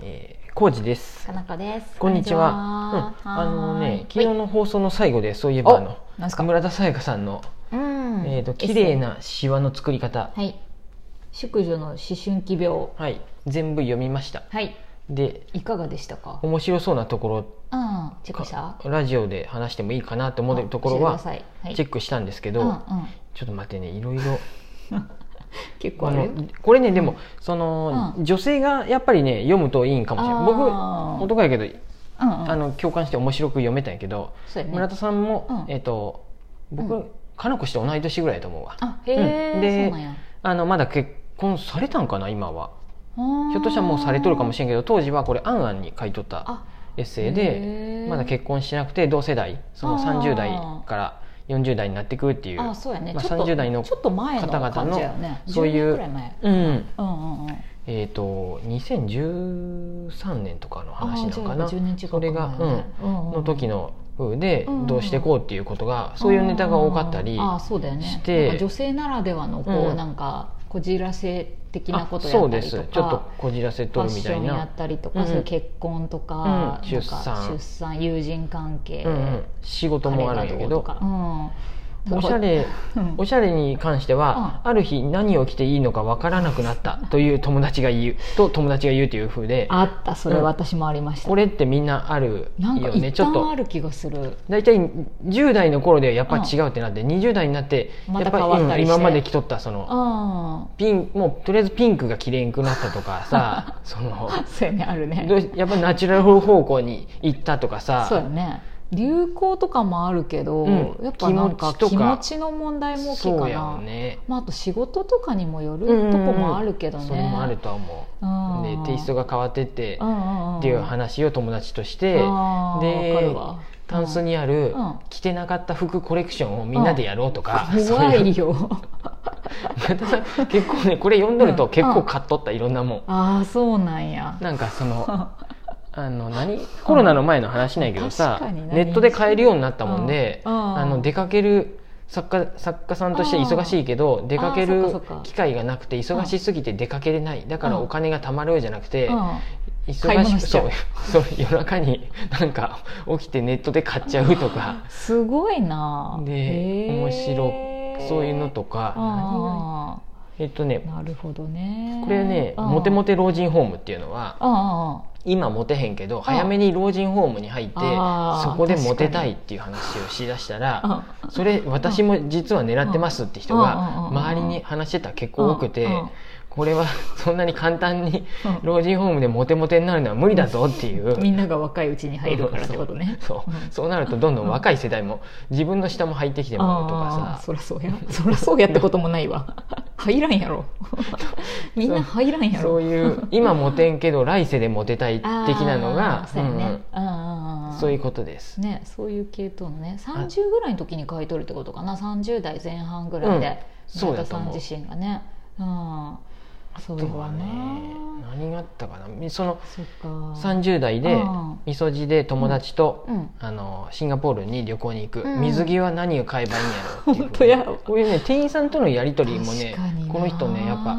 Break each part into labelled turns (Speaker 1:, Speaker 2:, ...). Speaker 1: えー、コウジです
Speaker 2: か。なこです。
Speaker 1: こんにちは。うん、あのね、昨日の放送の最後で、そういえば、あの、
Speaker 2: なんすか。
Speaker 1: 村田沙耶香さんの、
Speaker 2: うん。
Speaker 1: えっ、と、綺麗。なシワの作り方。
Speaker 2: はい。宿女の思春期病。
Speaker 1: はい、全部読みました。
Speaker 2: はい。
Speaker 1: で、
Speaker 2: いかがでしたか。
Speaker 1: 面白そうなところ
Speaker 2: うん。チェックした。
Speaker 1: ラジオで話してもいいかなと思うところは
Speaker 2: 教えてくださいはい。
Speaker 1: チェ
Speaker 2: ッ
Speaker 1: ックしたんですけ
Speaker 2: ク
Speaker 1: ど、
Speaker 2: うんうん。
Speaker 1: ちょっと待ってねいろい ろ
Speaker 2: 結構
Speaker 1: こ
Speaker 2: あるよ。
Speaker 1: のこれねでもその、
Speaker 2: う
Speaker 1: 女性がやっぱりね読むといいんかもしれない
Speaker 2: あー
Speaker 1: 僕男やけど、
Speaker 2: うんうん。
Speaker 1: あの共感して面白く読めたんやけど、
Speaker 2: そうやね。
Speaker 1: 村田さんも、
Speaker 2: うん
Speaker 1: えっ、と僕、
Speaker 2: うん
Speaker 1: かなこして同い年ぐらいだと思うわ
Speaker 2: あ、へ
Speaker 1: うんで
Speaker 2: え。そうなんや。
Speaker 1: あのまだ結婚されたんかな今は
Speaker 2: ひょ
Speaker 1: ひょっとしたらもうされとるかもし
Speaker 2: れ
Speaker 1: れんけど当時はこれ「あんあん」に書いとった
Speaker 2: あ、
Speaker 1: エッセイ
Speaker 2: へ
Speaker 1: で
Speaker 2: ー
Speaker 1: まだ結婚してなくて同世代その
Speaker 2: あー
Speaker 1: 30代から40代になってくっていう
Speaker 2: あ、そうやね。
Speaker 1: まあ
Speaker 2: ちょっと
Speaker 1: 30代の
Speaker 2: ちょっと前の
Speaker 1: 方々の
Speaker 2: 感じやよね。
Speaker 1: そういう
Speaker 2: 10年くらい前。
Speaker 1: うん
Speaker 2: うんうんうん。
Speaker 1: えっ、と2013年とかの話なのかな
Speaker 2: あじゃあ10年近く
Speaker 1: それが、
Speaker 2: 前ねうんうん
Speaker 1: の時の風で
Speaker 2: うん
Speaker 1: どうしていこうっていうことが、そういうネタが多かったり、
Speaker 2: あーそうだよね
Speaker 1: して
Speaker 2: なんか女性ならではのこう、
Speaker 1: うん
Speaker 2: なんかこじらせ的な
Speaker 1: あ
Speaker 2: ことや
Speaker 1: そう
Speaker 2: った
Speaker 1: で
Speaker 2: り
Speaker 1: す
Speaker 2: とか
Speaker 1: ちょっとこじらせ
Speaker 2: フ
Speaker 1: と
Speaker 2: ァッ
Speaker 1: るみ
Speaker 2: シ
Speaker 1: た
Speaker 2: ョ
Speaker 1: い
Speaker 2: ンや
Speaker 1: な
Speaker 2: ったりと
Speaker 1: う
Speaker 2: か、
Speaker 1: ん
Speaker 2: そういう結婚とか,、
Speaker 1: うん
Speaker 2: なんか
Speaker 1: 出産
Speaker 2: 出産友人関係、
Speaker 1: うんうん、仕事もあるんやけど
Speaker 2: 彼がどうとか、うん、
Speaker 1: おしゃれ
Speaker 2: うん
Speaker 1: おしゃれに関しては、ある日何を着ていいのかわからなくなったという友達が言うと友達が言うという風で
Speaker 2: あったそれ私もありました、
Speaker 1: これってみんなある
Speaker 2: なんか
Speaker 1: よね
Speaker 2: 一
Speaker 1: ちょっ
Speaker 2: 旦あ
Speaker 1: と
Speaker 2: る気がする
Speaker 1: 大体10代の頃ではやっぱ違うってなって、20代になって
Speaker 2: ま
Speaker 1: や
Speaker 2: た
Speaker 1: っぱり、
Speaker 2: 変わったりして
Speaker 1: 今まで着とったその
Speaker 2: あ
Speaker 1: ピンもうとりあえずピンクが着れんくなったとかさその
Speaker 2: あ そうやねあるね
Speaker 1: どうしやっぱりナチュラル方向に行ったとかさ
Speaker 2: そうよね流行とかもあるけど、
Speaker 1: うん
Speaker 2: やっぱなんか
Speaker 1: 気持ちと
Speaker 2: 気
Speaker 1: か
Speaker 2: 持ちの問題も大きい
Speaker 1: そ
Speaker 2: か
Speaker 1: うや
Speaker 2: な、
Speaker 1: んね
Speaker 2: まあ、あと仕事とかにもよると
Speaker 1: うんうんうん
Speaker 2: こもあるけどね、
Speaker 1: それもあるとは思う
Speaker 2: うん
Speaker 1: でテイストが変わってって
Speaker 2: うんうんん
Speaker 1: っていう話を友達として
Speaker 2: あー
Speaker 1: で
Speaker 2: わかるわ
Speaker 1: タンス
Speaker 2: うん
Speaker 1: にある
Speaker 2: うん
Speaker 1: 着てなかった服コレクションをみんなでやろうとかそう
Speaker 2: 怖
Speaker 1: いう
Speaker 2: いよ
Speaker 1: 結構ねこれ読んどる
Speaker 2: う
Speaker 1: と
Speaker 2: ん
Speaker 1: 結構買っとったいろんなもん
Speaker 2: ああそうなんや
Speaker 1: なんかその あの何コロナの前の話なんやけどさ
Speaker 2: 確かに
Speaker 1: ネットで買えるようになったもんで
Speaker 2: うんうん
Speaker 1: あの出かける作家作家さんとして忙しいけど出かけ
Speaker 2: あー
Speaker 1: る
Speaker 2: そっかそっか
Speaker 1: 機会がなくて忙しすぎて出かけれないだから
Speaker 2: うん
Speaker 1: お金が貯まろうじゃなくて
Speaker 2: うん買い
Speaker 1: 忙し
Speaker 2: 物
Speaker 1: く
Speaker 2: しちゃ
Speaker 1: そう
Speaker 2: う
Speaker 1: そう夜中になんか起きてネットで買っちゃうとか
Speaker 2: すごいな
Speaker 1: で面白そういうのとか何が
Speaker 2: あ
Speaker 1: えっとね
Speaker 2: あなるほどね
Speaker 1: これね
Speaker 2: うん
Speaker 1: モテモテ老人ホームっていうのは
Speaker 2: うんうんうん
Speaker 1: 今モテへんけど早めに老人ホームに入って
Speaker 2: あー
Speaker 1: そこでモテたいっていう話をしだしたら
Speaker 2: うん
Speaker 1: それ私も実は狙ってますって人
Speaker 2: うん
Speaker 1: が
Speaker 2: うんうん
Speaker 1: 周りに話してたら結構多くて
Speaker 2: うんうん
Speaker 1: これはそんなに簡単に
Speaker 2: うん
Speaker 1: 老人ホームでモテモテになるのは無理だぞっていう
Speaker 2: みんなが若いうちに入るからってことね
Speaker 1: そう
Speaker 2: うん
Speaker 1: そうなるとどんどん若い世代も自分の下も入ってきてもらうと
Speaker 2: ああ
Speaker 1: か
Speaker 2: そらそうやそらそうやってこともな いわ入らんやろみんな入らん
Speaker 1: さ
Speaker 2: や
Speaker 1: そ
Speaker 2: ろ
Speaker 1: ういう今モテんけど来世でモテたい的なの
Speaker 2: あー
Speaker 1: が
Speaker 2: そうや
Speaker 1: うんう
Speaker 2: ね
Speaker 1: ん
Speaker 2: あー
Speaker 1: そういうことです。
Speaker 2: ねそういう系統のね30ぐらいの時に書いとるってことかな30代前半ぐらいで
Speaker 1: うんそう
Speaker 2: 村
Speaker 1: だ
Speaker 2: 田
Speaker 1: と
Speaker 2: さ
Speaker 1: 思うん
Speaker 2: 自身がねうんそういうわな
Speaker 1: 何があったかなみその
Speaker 2: そっか
Speaker 1: 30代で
Speaker 2: うん
Speaker 1: みそじで友達と、
Speaker 2: うん
Speaker 1: あのシンガポールに旅行に行く、
Speaker 2: うん
Speaker 1: 水着は何を買えばいいんやろっていう
Speaker 2: 本当や
Speaker 1: こういうね店員さんとのやり取りもね
Speaker 2: 確かにな
Speaker 1: この人ねやっぱ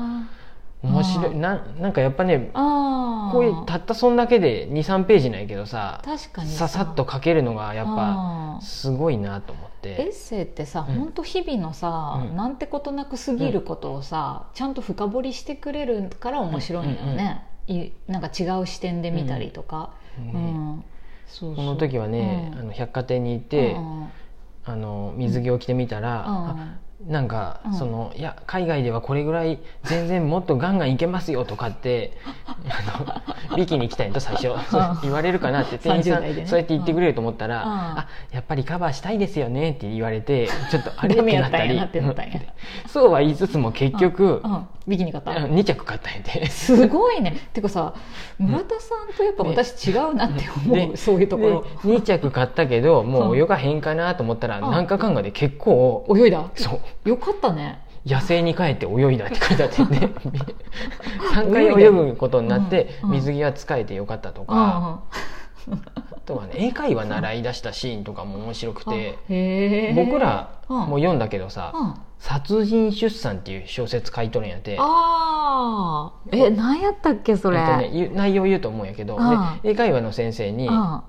Speaker 1: 面白
Speaker 2: う
Speaker 1: いななんかやっぱね
Speaker 2: あー
Speaker 1: こういうたったそんだけで23ページなんやけどさ
Speaker 2: 確かに
Speaker 1: ささっと書けるのがやっぱ
Speaker 2: あー
Speaker 1: すごいなと思っ
Speaker 2: エッ
Speaker 1: て
Speaker 2: セイってさ、
Speaker 1: うん
Speaker 2: ほんと日々のさ、
Speaker 1: うん
Speaker 2: なんてことなく過ぎることをさ、ちゃんと深掘りしてくれるから面白いんだよね、いなんか違う視点で見たりとか、
Speaker 1: ね
Speaker 2: うんそうそう
Speaker 1: この時はね、
Speaker 2: うん
Speaker 1: あの百貨店に行って、
Speaker 2: うんうん
Speaker 1: あの水着を着てみたら、あなんか、
Speaker 2: うん
Speaker 1: そのいや海外ではこれぐらい全然もっとガンガンいけますよとかって あのビキに行きたいと最初そう言われるかな って店員さ
Speaker 2: 30
Speaker 1: ん、
Speaker 2: 代でね
Speaker 1: そうやって言ってくれると思ったら、
Speaker 2: うん
Speaker 1: あやっぱりカバーしたいですよねって言われ てちょっとあれっ
Speaker 2: ダメ
Speaker 1: て
Speaker 2: や
Speaker 1: な
Speaker 2: っ
Speaker 1: ったた
Speaker 2: んや
Speaker 1: り
Speaker 2: なってなったんや
Speaker 1: そうは言いつつも結局、
Speaker 2: うんうんビキニ買った
Speaker 1: 2着買ったんやて。
Speaker 2: すごいねてかさ村田さんとやっぱ私違うなって思う、
Speaker 1: で
Speaker 2: そういうところ
Speaker 1: 2着買ったけどもう泳がへんかなと思ったら、
Speaker 2: うん
Speaker 1: なんかかんかで結構、
Speaker 2: 泳いだ
Speaker 1: そう
Speaker 2: よかったね
Speaker 1: 野生に帰って泳いだって書いてあって ね3回泳ぐことになって
Speaker 2: うんうん
Speaker 1: 水着は使えてよかったと
Speaker 2: うんうん
Speaker 1: か、あとはね英会話習い出したシーンとかも面白くて
Speaker 2: あへえ
Speaker 1: 僕ら
Speaker 2: うん
Speaker 1: も読んだけどさ
Speaker 2: うん
Speaker 1: 「殺人出産」っていう小説書いとるんやて
Speaker 2: ああえ何やったっけそれ、
Speaker 1: えっとね、言う内容言うと思うんやけど、
Speaker 2: ああ
Speaker 1: で英会話の先生に
Speaker 2: あ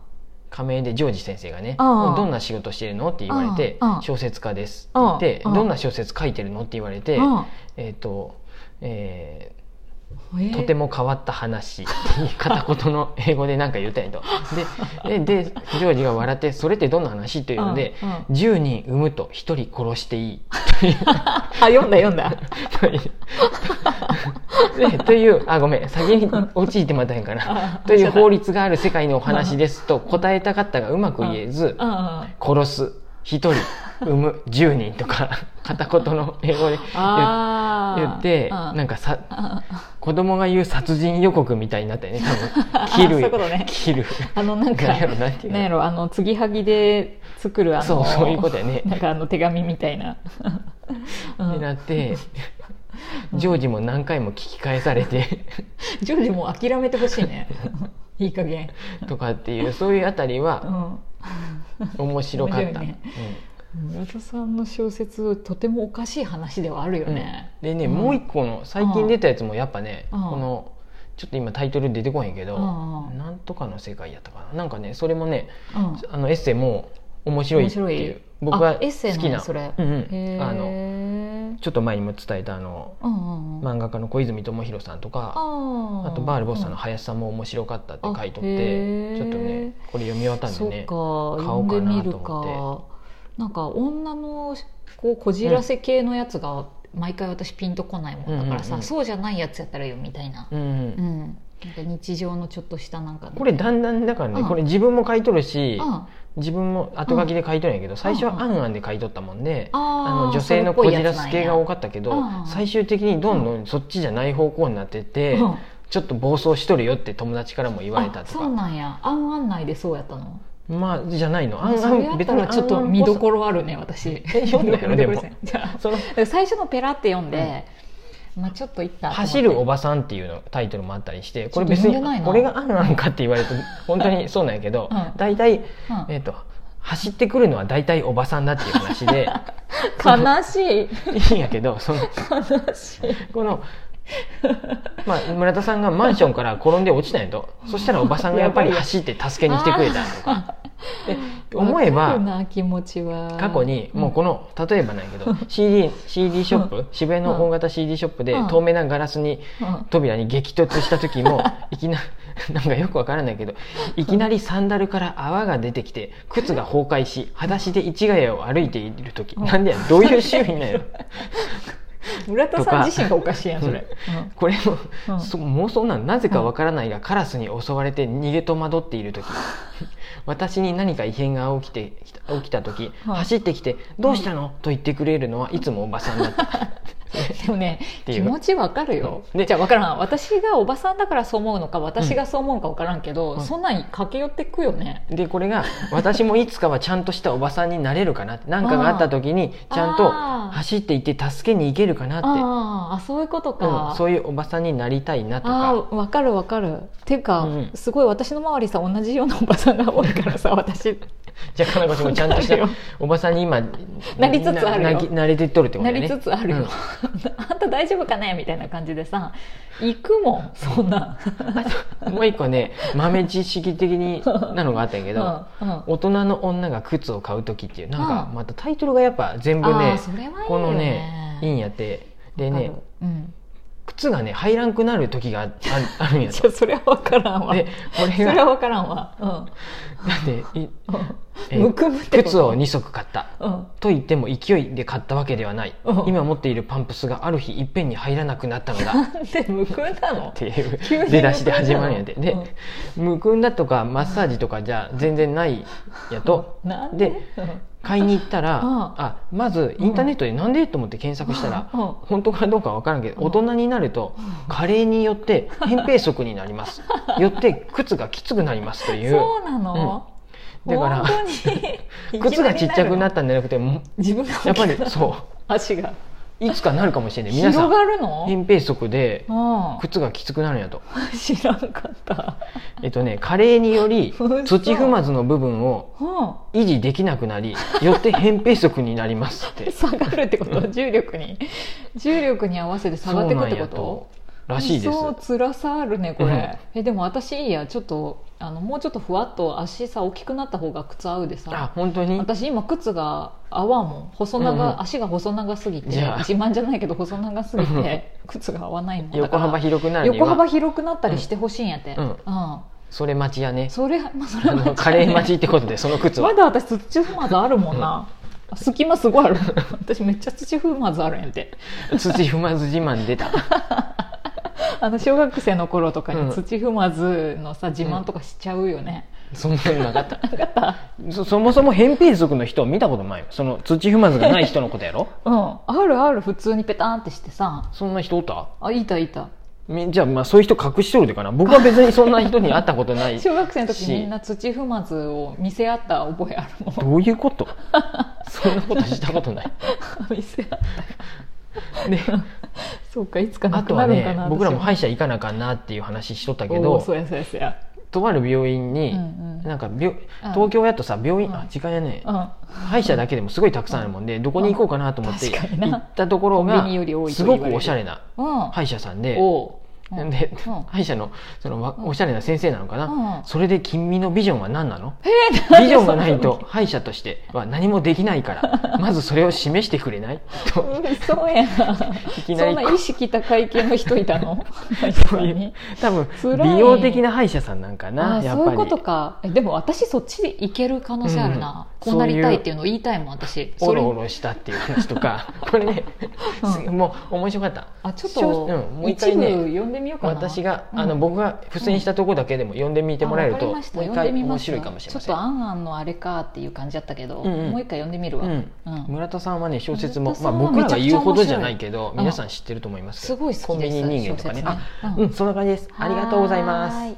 Speaker 1: 仮名でジョージ先生がね「
Speaker 2: ああ
Speaker 1: どんな仕事してるの?」って言われて
Speaker 2: ああ
Speaker 1: 「小説家です」って言って
Speaker 2: ああ
Speaker 1: どんな小説書いてるの?」って言われて
Speaker 2: あ
Speaker 1: えっ、と、え
Speaker 2: あえ
Speaker 1: ーとても変わった話」っていう片言の英語でなんか言ったんや と。でででジョージが笑って「それってどんな話?」というので
Speaker 2: うんうん
Speaker 1: 「10人産むと1人殺していい」
Speaker 2: あ読んだ読んだ
Speaker 1: というでというあごめん先に陥ってまたへんかな
Speaker 2: あ
Speaker 1: という法律がある世界のお話ですと答えたかったが うまく言えず
Speaker 2: あ
Speaker 1: 殺す一人産む10人とか片言の英語で言
Speaker 2: あ
Speaker 1: 言って
Speaker 2: あ
Speaker 1: なんかさ
Speaker 2: あ
Speaker 1: 子供が言う殺人予告みたいになったよね多
Speaker 2: そう
Speaker 1: 分切
Speaker 2: いう
Speaker 1: る
Speaker 2: ことね
Speaker 1: 切る
Speaker 2: あのなんか
Speaker 1: 何やろなんていうの
Speaker 2: なんやろあの継ぎはぎで作るあの
Speaker 1: そうそういうことやね
Speaker 2: なんかあの手紙み たいな、うん
Speaker 1: になってジョージも何回も聞き返されて
Speaker 2: ジョージもう諦めてほしい ねいい加減
Speaker 1: とかっていうそういうあたり
Speaker 2: う
Speaker 1: は
Speaker 2: ん
Speaker 1: 面白かっ
Speaker 2: 面
Speaker 1: た。
Speaker 2: 白いね
Speaker 1: うん
Speaker 2: 村田さんの小説とてもおかしい話ではあるよね、
Speaker 1: でね、
Speaker 2: うん
Speaker 1: もう一個の最近出たやつもやっぱね、
Speaker 2: うん
Speaker 1: このちょっと今タイトル出てこへんけど、
Speaker 2: うんうん
Speaker 1: なんとかの世界やったかななんかねそれもね
Speaker 2: うん
Speaker 1: あのエッセイも面白いって
Speaker 2: 面
Speaker 1: い
Speaker 2: 白
Speaker 1: う
Speaker 2: い
Speaker 1: 僕は
Speaker 2: あエッセイ
Speaker 1: 好
Speaker 2: なの
Speaker 1: きな
Speaker 2: それ
Speaker 1: うん
Speaker 2: へ
Speaker 1: うん、あ
Speaker 2: ー
Speaker 1: のちょっと前にも伝えたあの
Speaker 2: うんうんうん
Speaker 1: 漫画家の小泉智博さんとか
Speaker 2: あ
Speaker 1: あとバールボスさんの林さんも面白かったって書いとっ
Speaker 2: あへ
Speaker 1: て
Speaker 2: ー
Speaker 1: ちょっとねこれ読み終わったんで
Speaker 2: そう
Speaker 1: ね買
Speaker 2: か読
Speaker 1: おうんか
Speaker 2: で
Speaker 1: な
Speaker 2: みる
Speaker 1: と思
Speaker 2: かなんか女のこうこじらせ系のやつが毎回私ピンとこないもんだから
Speaker 1: うんうん
Speaker 2: さ、
Speaker 1: うんうん
Speaker 2: そうじゃないやつやったら読みたいな,、
Speaker 1: うんうん
Speaker 2: うんなんか日常のちょっとしたなんかの
Speaker 1: これだんだんだからね、
Speaker 2: うん
Speaker 1: これ自分も書いとるし、
Speaker 2: あ
Speaker 1: 自分も後書きで書いとるんやけど、最初は「あんあん」で書いとったもんで、
Speaker 2: あ
Speaker 1: あ
Speaker 2: あ
Speaker 1: の女性のこじらす系が多
Speaker 2: く
Speaker 1: かったけ
Speaker 2: それ
Speaker 1: ど
Speaker 2: っぽいやつなんやうん
Speaker 1: 最終的にどんどんそっちじゃない方向になってって、ちょっと暴走しとるよって友達からも言われたと
Speaker 2: そう
Speaker 1: か
Speaker 2: なんやあんあん内でそうやったの
Speaker 1: まあじゃないのあんあ
Speaker 2: それや
Speaker 1: ん
Speaker 2: ったらちょっと見どころあるね私
Speaker 1: え読ん だよでも
Speaker 2: じゃあ
Speaker 1: その
Speaker 2: だから最初のペラって読んで、まあちょっといった
Speaker 1: 「走るお
Speaker 2: ば
Speaker 1: ばさん」っていうのタイトルもあったりしてこれ
Speaker 2: ちょっと
Speaker 1: 別
Speaker 2: 読んでない
Speaker 1: に
Speaker 2: な
Speaker 1: これがあんあんかって言われると本当にそうなんやけど
Speaker 2: うん
Speaker 1: 大体、
Speaker 2: うん
Speaker 1: えっと走ってくるのは大体おばさんだっていう話 で
Speaker 2: 悲し
Speaker 1: い
Speaker 2: い
Speaker 1: いんやけどその
Speaker 2: 悲しい
Speaker 1: この、まあ、村田さんがマンションから転んで落ちたんやとそしたらおばさんがやっぱり走って助けに来てくれた とかで思え
Speaker 2: わかる
Speaker 1: ば
Speaker 2: な気持ちは
Speaker 1: 過去にもうこの例えばなんやけど CD, CD ショップ渋谷の大型 CD ショップで
Speaker 2: うん
Speaker 1: 透明なガラスに
Speaker 2: うんうん
Speaker 1: 扉に激突した時もいきな なんかよくわからないけどいきなりサンダルから泡が出てきて靴が崩壊し裸足で市ヶ谷を歩いている時
Speaker 2: うん
Speaker 1: なんでやどういう周囲なんやろ
Speaker 2: 村田さ
Speaker 1: と
Speaker 2: ん
Speaker 1: か
Speaker 2: 自身がおかしいやんそれ、
Speaker 1: これも、
Speaker 2: うん
Speaker 1: そ妄想なのなぜかわからないが、カラスに襲われて逃げ戸惑っている時 私に何か異変が起きてきた起きた時、
Speaker 2: はい
Speaker 1: 走ってきて「どうしたの?」と言ってくれるのはいつもおばさんだった
Speaker 2: で もね
Speaker 1: てい
Speaker 2: 気
Speaker 1: う
Speaker 2: 持ちわかるよ、
Speaker 1: ね
Speaker 2: じゃあわからん私がおばさんだからそう思うのか私がそう思うのかわからんけど、
Speaker 1: うん
Speaker 2: そんなん駆け寄ってくよね
Speaker 1: でこれが私もいつかはちゃんとしたおばさんになれるかなって何かがあった時にちゃんと
Speaker 2: あー
Speaker 1: 走っていって助けに行けるかなって、
Speaker 2: あーあそういうことか、
Speaker 1: うんそういうおばさんになりたいなと
Speaker 2: あ
Speaker 1: か。
Speaker 2: ーわかるわかるっていうか、
Speaker 1: うん
Speaker 2: すごい私の周りさ同じようなおばさんが多いからさ私
Speaker 1: じゃあかなこちゃんもちゃんとした
Speaker 2: わかるよ
Speaker 1: おばさんに今
Speaker 2: なりつつあるよ
Speaker 1: ななぎ慣れてっとるってこと
Speaker 2: な
Speaker 1: だよね
Speaker 2: りつつあるよ、
Speaker 1: うん
Speaker 2: あんた大丈夫かねみたいな感じでさ行くもんそんな
Speaker 1: もう一個ね豆知識的 になのがあったんやけ
Speaker 2: う
Speaker 1: ど、
Speaker 2: んうん
Speaker 1: 大人の女が靴を買う時っていうなんか
Speaker 2: うん
Speaker 1: またタイトルがやっぱ全部
Speaker 2: あ
Speaker 1: ね
Speaker 2: ーそれはいいよね
Speaker 1: このねいいんやってでね
Speaker 2: わかるうん
Speaker 1: 靴がね入らんくなる時があ ああるんや
Speaker 2: じ
Speaker 1: と
Speaker 2: ゃあそれは分からんわ
Speaker 1: で
Speaker 2: そ
Speaker 1: これ
Speaker 2: れ
Speaker 1: が
Speaker 2: は
Speaker 1: だ
Speaker 2: 分からんわ、
Speaker 1: ってい
Speaker 2: うん、
Speaker 1: え
Speaker 2: むくむってこと
Speaker 1: 靴を2足買った
Speaker 2: うん
Speaker 1: と言っても勢いで買ったわけではない
Speaker 2: うん
Speaker 1: 今持っているパンプスがある日いっぺんに入らなくなったのだ
Speaker 2: なんでむくんだの
Speaker 1: っていう
Speaker 2: 急に
Speaker 1: 出だしで始まるんやでで、
Speaker 2: うん
Speaker 1: むくんだとかマッサージとかじゃ全然ないやと
Speaker 2: なんで
Speaker 1: で
Speaker 2: うん
Speaker 1: 買いに行ったら
Speaker 2: うん
Speaker 1: あまずインターネットでなんでと思って検索したら
Speaker 2: うん
Speaker 1: 本当かどうかわからんけど
Speaker 2: うん
Speaker 1: 大人になると加齢によって扁平足になり ますよって靴がきつくなりますという
Speaker 2: そうなの、
Speaker 1: うんだから
Speaker 2: 本当に
Speaker 1: 靴がちっちゃくなったんじゃなくても
Speaker 2: 自分が
Speaker 1: やっぱり
Speaker 2: 大きくなる
Speaker 1: そう
Speaker 2: 足が
Speaker 1: いつかなるかもしれない皆さ
Speaker 2: 広
Speaker 1: ん
Speaker 2: がるの
Speaker 1: 扁平足で
Speaker 2: うん
Speaker 1: 靴がきつくなるんやと
Speaker 2: 知らんかった
Speaker 1: えっとね加齢により
Speaker 2: 嘘
Speaker 1: 土踏まずの部分を
Speaker 2: う
Speaker 1: 維持できなくなりよって扁平足になりますって
Speaker 2: ん下がるってこと重力に重力に合わせ て下がってくっ
Speaker 1: そう
Speaker 2: て
Speaker 1: なんや
Speaker 2: こと
Speaker 1: らしいです
Speaker 2: そう辛さあるねこれ、えでも私いいやちょっとあのもうちょっとふわっと足さ大きくなった方が靴合うで
Speaker 1: あ
Speaker 2: さ
Speaker 1: 本当に
Speaker 2: 私今靴が合わんもん細長、
Speaker 1: うんうん
Speaker 2: 足が細長すぎて
Speaker 1: じゃあ
Speaker 2: 自慢じゃないけど細長すぎて靴が合わないもんだか
Speaker 1: 横
Speaker 2: ら
Speaker 1: 幅広くなるに
Speaker 2: 横幅
Speaker 1: は
Speaker 2: 広くなったりしてほしいんやって、
Speaker 1: うんそれ待ちやね
Speaker 2: それ、まあ、それ
Speaker 1: あ
Speaker 2: は間違いな
Speaker 1: の
Speaker 2: い
Speaker 1: カレー待ちってことでその靴
Speaker 2: ま
Speaker 1: は
Speaker 2: だ私土踏まずあるもんな隙間すごいある私めっちゃ土踏まずあるんやって
Speaker 1: 土踏まず自慢出た
Speaker 2: あの小学生の頃とか
Speaker 1: うん
Speaker 2: に土踏まずのさ自慢とかしちゃうよね、
Speaker 1: そんなのなかったそそもそも扁平足の人を見たことないよその土踏まずがない人のことやろ
Speaker 2: うんあるある普通にペタンってしてさ
Speaker 1: そんな人おった
Speaker 2: あいたいた
Speaker 1: みじゃあまあそういう人隠しとるでかな僕は別にそんな人に会ったことな い
Speaker 2: 小学生の時みんな土踏まずを見せ合った覚えあ るもん
Speaker 1: どういうことそんなことしたことない
Speaker 2: 見せ合っ
Speaker 1: で
Speaker 2: たそうかいつかな
Speaker 1: あ
Speaker 2: く
Speaker 1: と
Speaker 2: な
Speaker 1: は
Speaker 2: るんか
Speaker 1: ね
Speaker 2: な
Speaker 1: 僕らも
Speaker 2: 私
Speaker 1: 歯医者行かなあかんなっていう話しとったけ
Speaker 2: おー
Speaker 1: ど
Speaker 2: そうやそうやそうや
Speaker 1: とある病院に、
Speaker 2: うんうん
Speaker 1: なんか病東京やとさ病院、
Speaker 2: うん
Speaker 1: あ時間やね、
Speaker 2: うん
Speaker 1: 歯医者だけでもすごいたくさんあるもんでどこに行こうかなと思って
Speaker 2: うん確かにな
Speaker 1: 行ったところ
Speaker 2: コン
Speaker 1: が
Speaker 2: ビニより多いと
Speaker 1: す
Speaker 2: 言わ
Speaker 1: ご
Speaker 2: れる
Speaker 1: くおしゃれな
Speaker 2: うん、
Speaker 1: 歯医者さんで
Speaker 2: おううん
Speaker 1: で
Speaker 2: うん
Speaker 1: 歯医者のそのわおしゃれな先生なのか
Speaker 2: うん
Speaker 1: なそれで君のビジョンは何なの
Speaker 2: えー
Speaker 1: ビジョンがない と歯医者としては何もできないからまずそれを示してくれないと
Speaker 2: そうや
Speaker 1: いきなり
Speaker 2: そんな意識高い系の人いたの
Speaker 1: そういう多分
Speaker 2: 辛い
Speaker 1: 美容的な歯医者さんなんか
Speaker 2: あ
Speaker 1: な
Speaker 2: あ
Speaker 1: やっ
Speaker 2: そうい
Speaker 1: ぱ
Speaker 2: う
Speaker 1: り
Speaker 2: ことかえでも私そっち行ける可能性あるな、
Speaker 1: うん
Speaker 2: こうなりたいっていうのを言いたいもん私
Speaker 1: お
Speaker 2: それ
Speaker 1: ろおろしたっていう話と かこれね、
Speaker 2: うん
Speaker 1: すもう面白かった
Speaker 2: あちょっ
Speaker 1: 視
Speaker 2: と
Speaker 1: 聴、者うんもう一
Speaker 2: 一
Speaker 1: 回
Speaker 2: 部
Speaker 1: ね
Speaker 2: 読んでみようかな
Speaker 1: 私が、
Speaker 2: うん
Speaker 1: あの僕が付箋したとこだけでも読んでみてもらえる
Speaker 2: あ
Speaker 1: と、
Speaker 2: わ
Speaker 1: も
Speaker 2: か
Speaker 1: う
Speaker 2: り
Speaker 1: 一
Speaker 2: ました読んで
Speaker 1: 回
Speaker 2: み
Speaker 1: 面
Speaker 2: ます
Speaker 1: 白いかもしれませ
Speaker 2: ちょっと
Speaker 1: ん。
Speaker 2: あんあんのあれかっていう感じだったけど、
Speaker 1: うんうん
Speaker 2: もう一回読んでみるわ、
Speaker 1: うん
Speaker 2: うん
Speaker 1: 村田さんはね小説も、
Speaker 2: 村
Speaker 1: ま
Speaker 2: 田さ
Speaker 1: あ、
Speaker 2: んは
Speaker 1: 僕らが言うほどじゃないけど
Speaker 2: めちゃくちゃ
Speaker 1: 皆さ
Speaker 2: 面白い
Speaker 1: ん知ってると思いますけ
Speaker 2: す
Speaker 1: ど
Speaker 2: ごい好
Speaker 1: コ
Speaker 2: き
Speaker 1: ン
Speaker 2: で
Speaker 1: ビ
Speaker 2: す
Speaker 1: ニ人間とかね
Speaker 2: 小説
Speaker 1: あ
Speaker 2: ね
Speaker 1: う
Speaker 2: うん
Speaker 1: んそんな感じですありがとうございます
Speaker 2: はーい